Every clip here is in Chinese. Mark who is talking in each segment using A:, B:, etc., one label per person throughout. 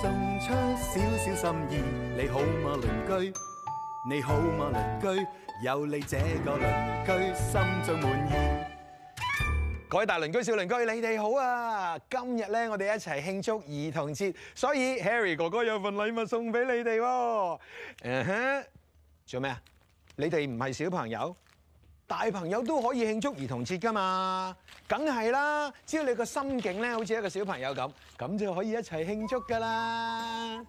A: 送出少少心意，你好嗎鄰居？你好嗎鄰居？有你這個鄰居，心中滿意。
B: 各位大鄰居、小鄰居，你哋好啊！今日咧，我哋一齊慶祝兒童節，所以 Harry 哥哥有份禮物送俾你哋喎。嗯哼，做咩啊？你哋唔係小朋友？大朋友都可以慶祝兒童節㗎嘛，梗係啦！只要你個心境咧，好似一個小朋友咁，咁就可以一齊慶祝㗎啦。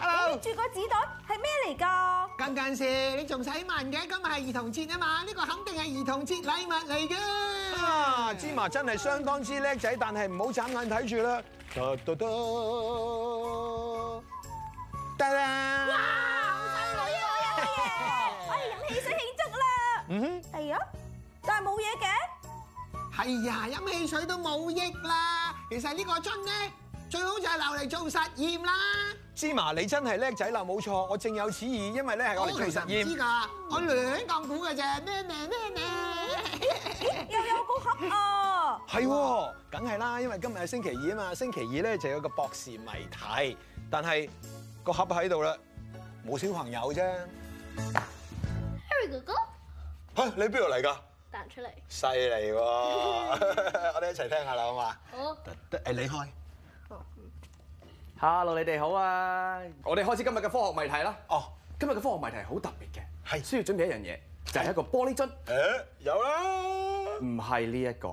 C: Hello，住個啊紙袋係咩嚟㗎？
D: 近近事，你仲使問嘅？今日係兒童節啊嘛，呢個肯定係兒童節禮物嚟嘅。
B: 啊，芝麻真係相當之叻仔，但係唔好眨眼睇住啦。得得得，得啦！
C: 哇，好犀利啊！我有啊嘢，我哋飲汽水慶祝啦！嗯哼，係啊，但係冇嘢嘅。
D: 係啊，飲汽水都冇益啦。其實呢個樽咧，最好就係留嚟做實驗啦。
B: 芝麻，你真係叻仔啦，冇錯，我正有此意，因為咧係我嚟做實驗。
D: 哦我知㗎，我亂咁估嘅啫，咩咩咩咩。
C: 又有個盒啊！
B: 係喎，梗係啦，因為今日係星期二啊嘛，星期二咧就有個博士謎題，但係個盒喺度啦，冇小朋友啫。
E: Harry 哥哥。
B: 嚇！你邊度嚟㗎？
E: 彈出嚟。
B: 犀利 喎！我哋一齊聽下啦，好嘛？
E: 好。
B: 得誒，你開。
F: Hello，你哋好啊！
G: 我哋開始今日嘅科學謎題啦。
B: 哦，
G: 今日嘅科學謎題好特別嘅，
B: 係
G: 需要準備一樣嘢，就係一個玻璃樽。
B: 誒，有啦。
G: 唔係呢一個，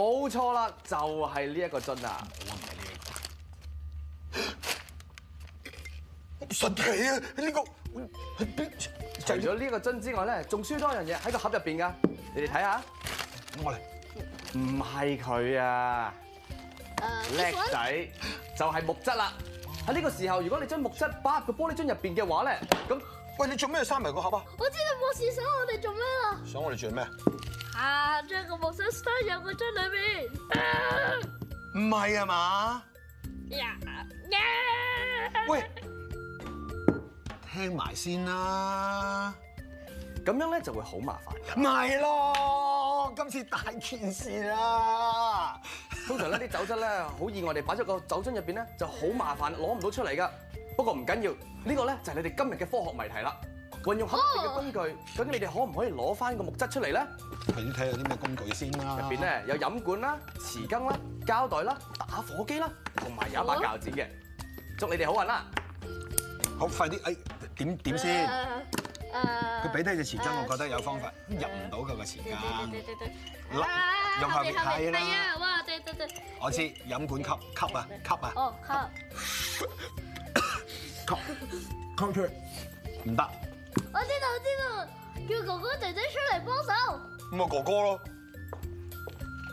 G: 冇錯啦，就係呢一個樽啊！
B: 神奇啊！呢個
G: 除咗呢個樽之外咧，仲輸多一樣嘢喺個盒入邊㗎，你哋睇下。
B: 我嚟。
G: 唔係佢啊，
H: 呃
G: 叻仔就係木質啦。喺呢個時候，如果你將木質擺入個玻璃樽入邊嘅話咧，咁
B: 喂，你做咩閂埋個盒啊？
E: 我知道博士想我哋做咩啦。
B: 想我哋做咩？
E: 啊，將個木箱塞入個樽裏面。
B: 唔係啊嘛？
E: 呀
B: 喂，聽埋先啦。
G: 咁樣咧就會好麻煩。
B: 咪咯，今次大件事啊啦！
G: 通常呢啲酒質咧，好意外地擺咗個酒樽入邊咧，就好麻煩，攞唔到出嚟噶。不過唔緊要，呢個咧就係你哋今日嘅科學謎題啦。運用合適嘅工
F: 哦
G: 具，究竟你哋可唔可以攞翻個木質出嚟咧？
B: 睇睇有啲咩工具先
F: 啊
B: 啦。
G: 入邊咧有飲管啦、匙羹啦、膠袋啦、打火機啦，同埋有一把
F: 啊
G: 鉸剪嘅。祝你哋好運啦！
B: 好，快啲！誒點點先？
H: 呃
E: 誒
B: 佢俾低隻匙羹，我覺得有方法入唔到佢個匙羹。
H: 啊
B: 入下面係
E: 係啊，
B: 啦。
E: 哇，對對對，
B: 我知飲管吸吸啊吸啊
E: 哦，好，
B: 吸吸出嚟唔得。
E: 我知道知道，叫哥哥姐姐出嚟幫手。
B: 咁啊哥哥咯。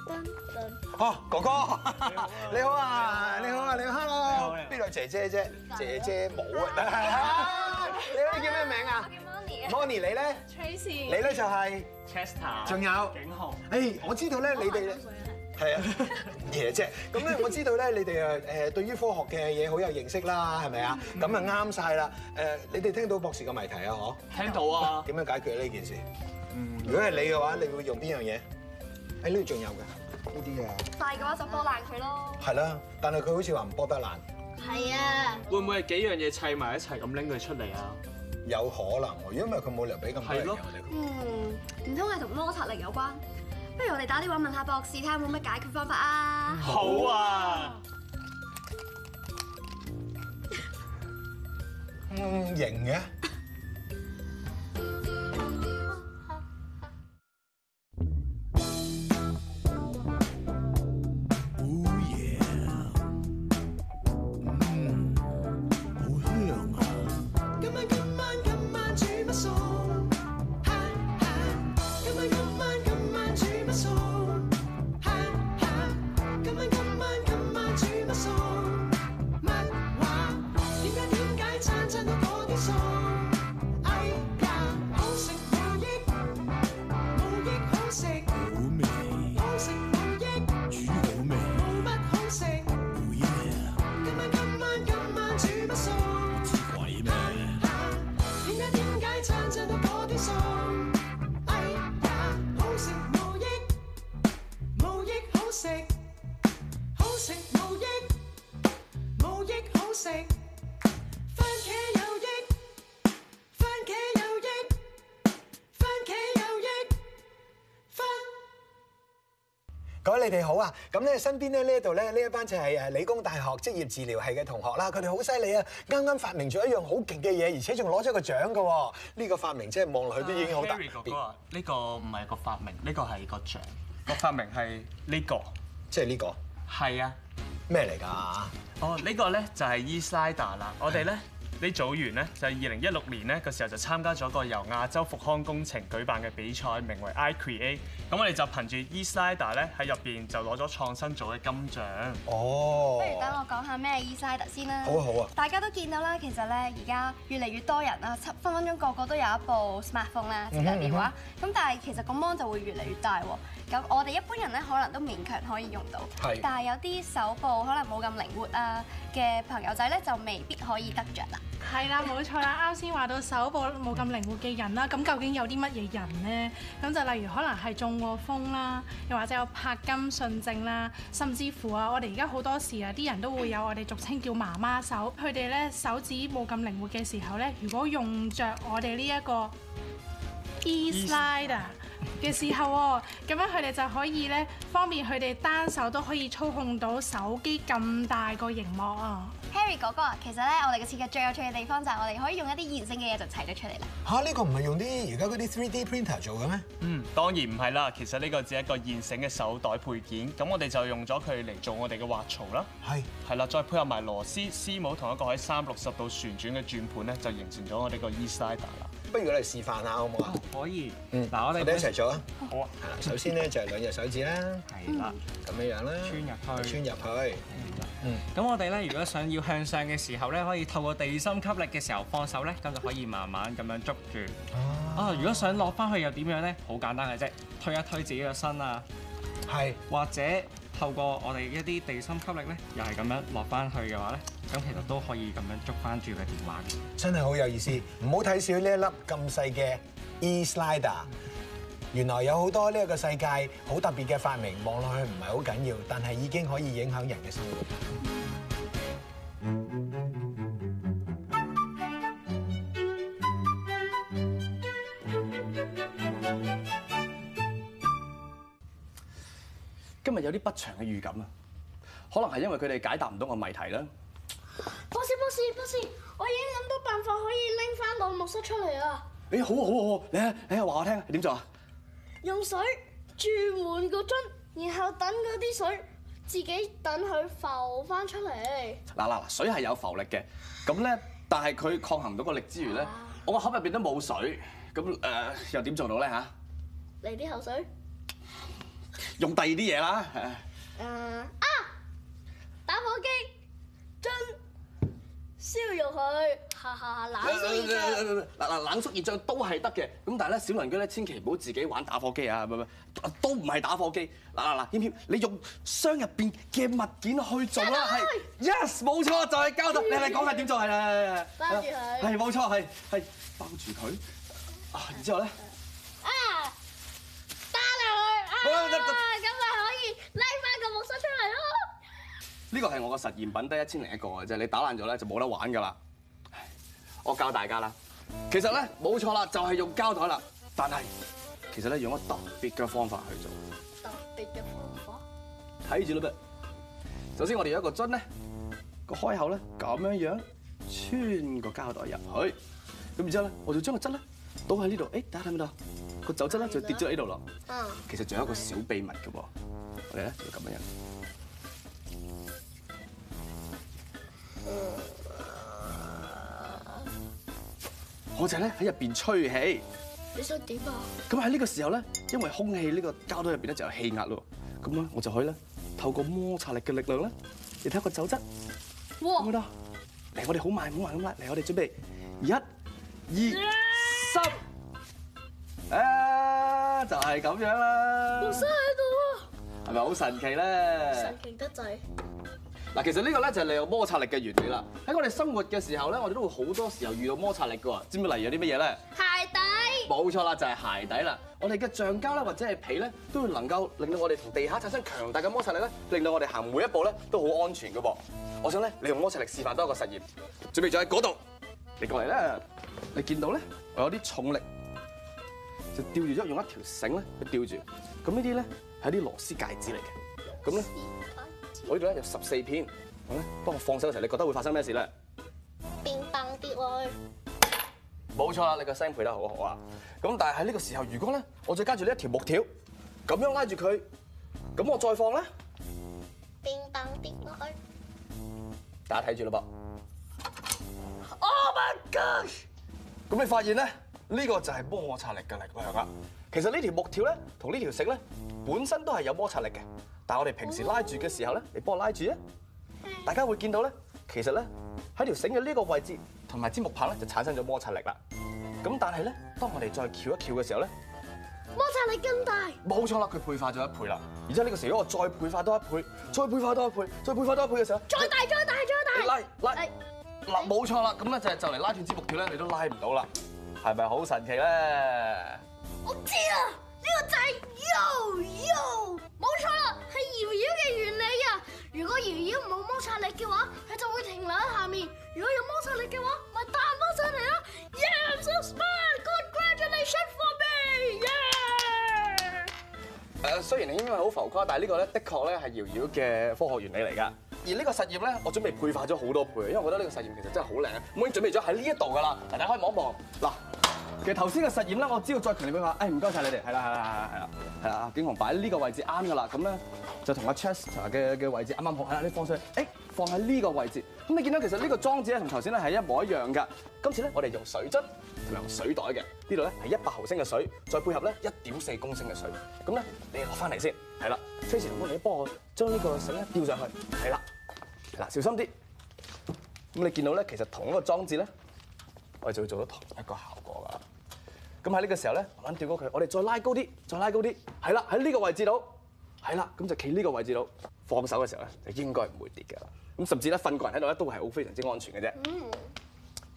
E: 噔噔，
B: 哦，哥哥， 你好啊，你好啊，你好，hello，邊度姐姐啫？姐姐冇 啊，你咧叫咩名啊？Moni 你咧？你咧就係，
F: Chester，
B: 仲有
F: 景豪，
B: 誒，哎我知道咧，你哋係啊， 爺啫。咁咧，我知道咧，你哋啊誒對於科學嘅嘢好有認識啦，係咪啊？咁啊啱晒啦。誒，你哋聽到博士嘅謎題啊，嗬？
F: 聽到啊！
B: 點樣解決呢件事？
F: 嗯
B: 如果係你嘅話，你會用邊樣嘢？喺呢度仲有嘅呢啲啊。
C: 大嘅話就剝爛佢咯。
B: 係啦，但係佢好似話唔剝得爛，
E: 係啊，
F: 會唔會係幾樣嘢砌埋一齊咁拎佢出嚟啊？
B: 有可能喎。如果唔係佢冇理由俾咁多人
F: 係
B: 嘅
F: 咯
B: 我
H: 嗯，唔通係同摩擦力有關？不如我哋打電話問下博士，睇下有冇乜解決方法
B: 嗯
H: 啊！
F: 好啊！
B: 哋。嗯，型嘅。
A: Oh yeah，嗯，好香啊！
D: 今晚今晚今晚煮乜餸？哈哈！今晚今晚今晚煮乜餸？哈哈！
B: 各位你哋好啊！咁咧身邊咧呢一度咧呢一班就係誒理工大學職業治療系嘅同學啦，佢哋好犀利啊！啱啱發明咗一樣好勁嘅嘢，而且仲攞咗個獎嘅喎。呢個發明真係望落去都已經好特
F: Harry 哥哥
B: 別，
F: 啊，呢個唔係個發明，呢個係個獎。個發明係呢個，
B: 即係呢個
F: 係啊。
B: 咩嚟㗎？
F: 哦，呢個咧就係 E-Slider 啦。我哋咧呢組員咧就係二零一六年咧個時候就參加咗個由亞洲復康工程舉辦嘅比賽，名為 I Create。咁我哋就憑住 E-Slider 咧喺入邊就攞咗創新組嘅金獎。
B: 哦
H: 不，如等我講下咩 e s i d e 先啦。
B: 好啊好啊
H: 大家都見到啦，其實咧而家越嚟越多人啦，七分分鐘個個都有一部 smartphone 啦，智能電話。咁但係其實個 mon 就會越嚟越大喎。咁我哋一般人咧可能都勉強可以用到
B: 係，
H: 但係有啲手部可能冇咁靈活啊嘅朋友仔咧就未必可以得着啦。
I: 係啦，冇錯啦。啱先話到手部冇咁靈活嘅人啦，咁究竟有啲乜嘢人呢？咁就例如可能係中過風啦，又或者有柏金遜症啦，甚至乎啊，我哋而家好多時啊，啲人都會有我哋俗稱叫媽媽手，佢哋咧手指冇咁靈活嘅時候咧，如果用着我哋呢一個 e slider 嘅時候喎，咁樣佢哋就可以咧方便佢哋單手都可以操控到手機咁大個熒幕啊！
H: Harry 哥哥啊，其實咧我哋嘅設計最有趣嘅地方就係我哋可以用一啲現成嘅嘢就砌咗出嚟啦。
B: 啊嚇呢個唔係用啲而家嗰啲 3D printer 做嘅咩？
F: 嗯，當然唔係啦，其實呢個只係一個現成嘅手袋配件，咁我哋就用咗佢嚟做我哋嘅滑槽啦，
B: 係。
F: 係啦，再配合埋螺絲、絲帽同一個喺三六十度旋轉嘅轉盤咧，就形成咗我哋個 E-Slider 啦。
B: 不如我哋示範下好唔好啊？
F: 可以，
B: 嗯，
F: 嗱我哋
B: 我哋一齊做啊！
F: 好啊，
B: 係啦，首先咧就係兩隻手指啦，
F: 係啦，
B: 咁樣樣啦，
F: 穿入去
B: 穿入去，
J: 咁我哋咧，如果想要向上嘅時候咧，可以透過地心吸力嘅時候放手咧，咁就可以慢慢咁樣捉住。啊，如果想落翻去又點樣咧？好簡單嘅啫，推一推自己嘅身啊，
B: 係。
J: 或者透過我哋一啲地心吸力咧，又係咁樣落翻去嘅話咧，咁其實都可以咁樣捉翻住個電話嘅。
B: 真係好有意思。唔好睇少呢一粒咁細嘅 E slider，原來有好多呢一個世界好特別嘅發明，望落去唔係好緊要，但係已經可以影響人嘅生活。
G: 今日有啲不祥嘅預感啊，可能係因為佢哋解答唔到我謎題啦。
E: 博士博士博士，我已經諗到辦法可以拎翻朗木塞出嚟啊！
G: 誒好啊好啊好啊，你啊你啊話我聽點做啊？
E: 用水注滿個樽，然後等嗰啲水自己等佢浮翻出嚟。
G: 嗱嗱嗱，水係有浮力嘅，咁咧，但係佢抗衡唔到個力之餘咧，我個口入邊都冇水，咁誒、呃又點做到咧嚇？
E: 嚟啲口水。
G: 用第二啲嘢啦，誒
E: 誒啊！打火機樽燒肉佢，哈哈，
G: 呃
E: 冷
G: Dạ,
E: 先嘅。
G: 嗱嗱冷縮熱脹都係得嘅，咁但係咧小鄰居咧千祈唔好自己玩打火機啊，唔係唔係都唔係打火機。嗱嗱嗱，謙謙，你用箱入邊嘅物件去做啦，
E: 哎
G: 係 yes 冇錯就係膠袋。你嚟講下點做係啦，係係
E: 包住佢
G: 係冇錯係係包住佢，啊然之後咧。
E: 啊！打落去
G: 好
E: 啊！
G: 得得
E: 咁咪可以拉翻個木塞出嚟咯。
G: 呢個係我個實驗品，得一千零一個嘅啫，你打爛咗咧就冇得玩噶啦。唉我教大家啦，其實咧冇錯啦，就係、用膠袋啦，但係其實咧用咗特別嘅方法去做，
E: 特別嘅方法。
G: 睇住啦噃。首先我哋有一個樽咧，個開口咧咁樣樣穿個膠袋入去，咁然之後咧我就將個質咧倒喺呢度，誒大家睇唔睇到啊？個酒質咧就跌咗喺呢度咯。
E: 嗯。
G: 其實仲有一個小秘密嘅喎，我哋咧就咁樣樣。我就係咧喺入邊吹氣，
E: 你想點啊？
G: 咁喺呢個時候咧，因為空氣呢個膠袋入邊咧就有氣壓咯，咁咧我就可以咧透過摩擦力嘅力量咧，你睇下個酒質，好唔
E: 哇！
G: 好嚟，我哋好慢好慢咁拉，嚟我哋準備，一、二、三，啊就係咁樣啦，
E: 木塞喺度
G: 係咪好神奇
E: 啊！
G: 咧
E: 神？奇得滯。
G: 嗱，其實呢個咧就係利用摩擦力嘅原理啦。喺我哋生活嘅時候咧，我哋都會好多時候遇到摩擦力嘅喎。知唔知例如有啲乜嘢咧？
E: 鞋底。
G: 冇錯啦，就係鞋底啦。我哋嘅橡膠咧或者係皮咧，都會能夠令到我哋同地下產生強大嘅摩擦力咧，令到我哋行每一步咧都好安全嘅噃。我想咧利用摩擦力示範多一個實驗，準備咗喺嗰度，你過嚟啦。你見到咧，我有啲重力就吊住咗，用一條繩咧去吊住。咁呢啲咧係啲螺絲戒指嚟嘅。咁咧，我呢度咧有十四片，好咧，當我放手嘅時候，你覺得會發生咩事咧？
E: 冰崩啲喎，
G: 冇錯啦，你個聲配得好好啊！咁但係喺呢個時候，如果咧我再加住呢一條木條，咁樣拉住佢，咁我再放咧，
E: 冰崩啲喎。
G: 大家睇住啦噃。Oh my gosh！咁你發現咧，呢、個就係摩擦力嘅力量啦。其實呢條木條咧，同呢條繩咧，本身都係有摩擦力嘅。但係我哋平時拉住嘅時候咧，你幫我拉住啊！大家會見到咧，其實咧喺條繩嘅呢個位置同埋支木棒咧，就產生咗摩擦力啦。咁但係咧，當我哋再翹一翹嘅時候咧，
E: 摩擦力更大，
G: 冇錯啦，佢倍化咗一倍啦。然之後呢個時候，我再倍化多一倍，再倍化多一倍，再倍化多一倍嘅時候，
E: 再大再大再大。
G: 拉拉嗱，冇錯啦，咁咧就係就嚟拉斷支木條咧，你都拉唔到啦，係咪好神奇咧？
E: 我知啦，呢個就係 yo yo，冇錯啦，係搖搖嘅原理啊！如果搖搖冇摩擦力嘅話，佢就會停留喺下面；如果有摩擦力嘅話，咪彈翻上嚟啦！Yeah, I'm so smart. Congratulations for me. Yeah.
G: 誒，呃雖然你英文好浮誇，但係呢個咧的確咧係搖搖嘅科學原理嚟㗎。而呢個實驗咧，我準備配化咗好多倍，因為我覺得呢個實驗其實真係好靚，我已經準備咗喺呢一度㗎啦。大家可以望一望嗱。其實頭先嘅實驗咧，我只要再強烈啲話，誒哎唔該晒你哋，係啦係啦係啦係啦，係啦，阿景雄擺喺呢個位置啱㗎啦，咁咧就同阿 Chester 嘅嘅位置啱啱好，係啦，你放上去，誒放喺呢個位置，咁你見到其實呢個裝置咧同頭先咧係一模一樣㗎，今次咧我哋用水樽同埋用水袋嘅，呢度咧係一百毫升嘅水，再配合咧一點四公升嘅水，咁咧你攞翻嚟先，係啦，Tracy 同哥你幫我將呢個繩咧吊上去，係啦，嗱小心啲，咁你見到咧其實同一個裝置咧。我哋就會做到同一個效果㗎。咁喺呢個時候咧，慢慢吊高佢，我哋再拉高啲，再拉高啲，係啦，喺呢個位置度，係啦，咁就企呢個位置度，放手嘅時候咧，就應該唔會跌㗎啦。咁甚至咧，瞓個人喺度咧，都係好非常之安全嘅啫。
E: 嗯，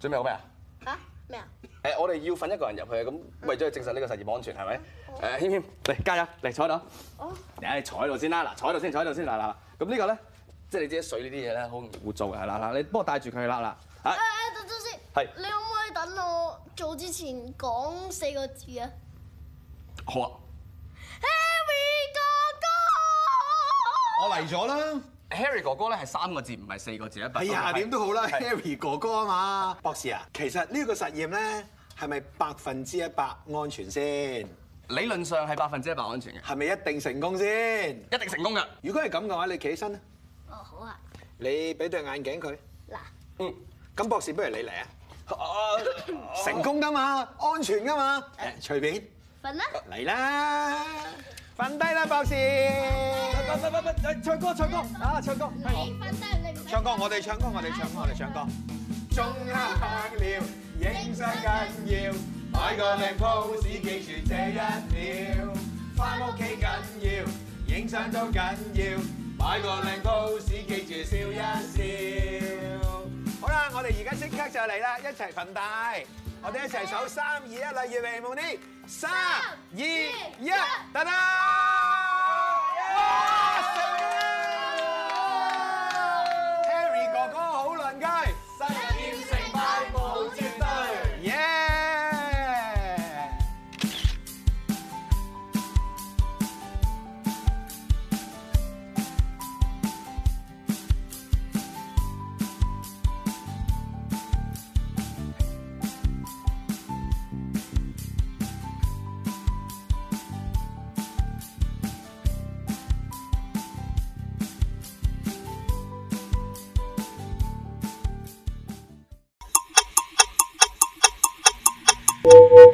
G: 準備好未啊？
E: 吓咩啊？
G: 誒，我哋要瞓一個人入去，咁為咗去證實呢個實驗安全係咪？誒，謙謙，嚟加油，嚟坐喺度。
E: 哦，
G: 誒，坐喺度先啦，嗱，坐喺度先，坐喺度先，嗱嗱嗱。咁呢個咧，即係你知水呢啲嘢咧，好容易污糟嘅，係啦嗱，你幫我帶住佢啦嗱。
E: 誒誒，
G: 啊
E: 哎等陣先。
G: 係
E: 你可唔可以等我做之前講四個字啊
G: 好啊。
E: ？Harry 哥
B: 我嚟咗啦。
G: Harry 哥哥咧係三個字，唔係四個字啊。
B: 哎呀，點都好啦
G: 係
B: ，Harry 哥哥啊嘛，博士啊，其實呢個實驗咧係咪百分之一百安全先？
G: 理論上係百分之一百安全嘅，
B: 係咪一定成功先？
G: 一定成功㗎。
B: 如果係咁嘅話，你企起身啦，
E: 哥。哦，好啊，
B: 你俾對眼鏡佢。
E: 嗱，
G: 嗯。
B: 咁博士，不如你嚟啊！成功㗎嘛，安全㗎嘛，誒隨便
E: 瞓啦。
B: 嚟啦，瞓低啦，博士。喂喂喂喂，唱歌唱歌啊，唱歌。
E: 你瞓低，你唔使
B: 唱歌，我哋唱歌，我哋唱歌，我哋唱歌。中黑了，影相緊要，擺個靚 pose 記住這一秒。翻屋企緊要，影相都緊要，擺個靚 pose 記住笑一笑。好啦，我哋而家即刻就嚟啦，一齊瞓大，我哋一齊數三二一啦，預備夢啲，三二一，得啦！Harry 哥哥好鄰居，實驗成敗冇絕對。Yeah！
A: Hãy subscribe cho kênh Ghiền Mì Gõ Để không bỏ lỡ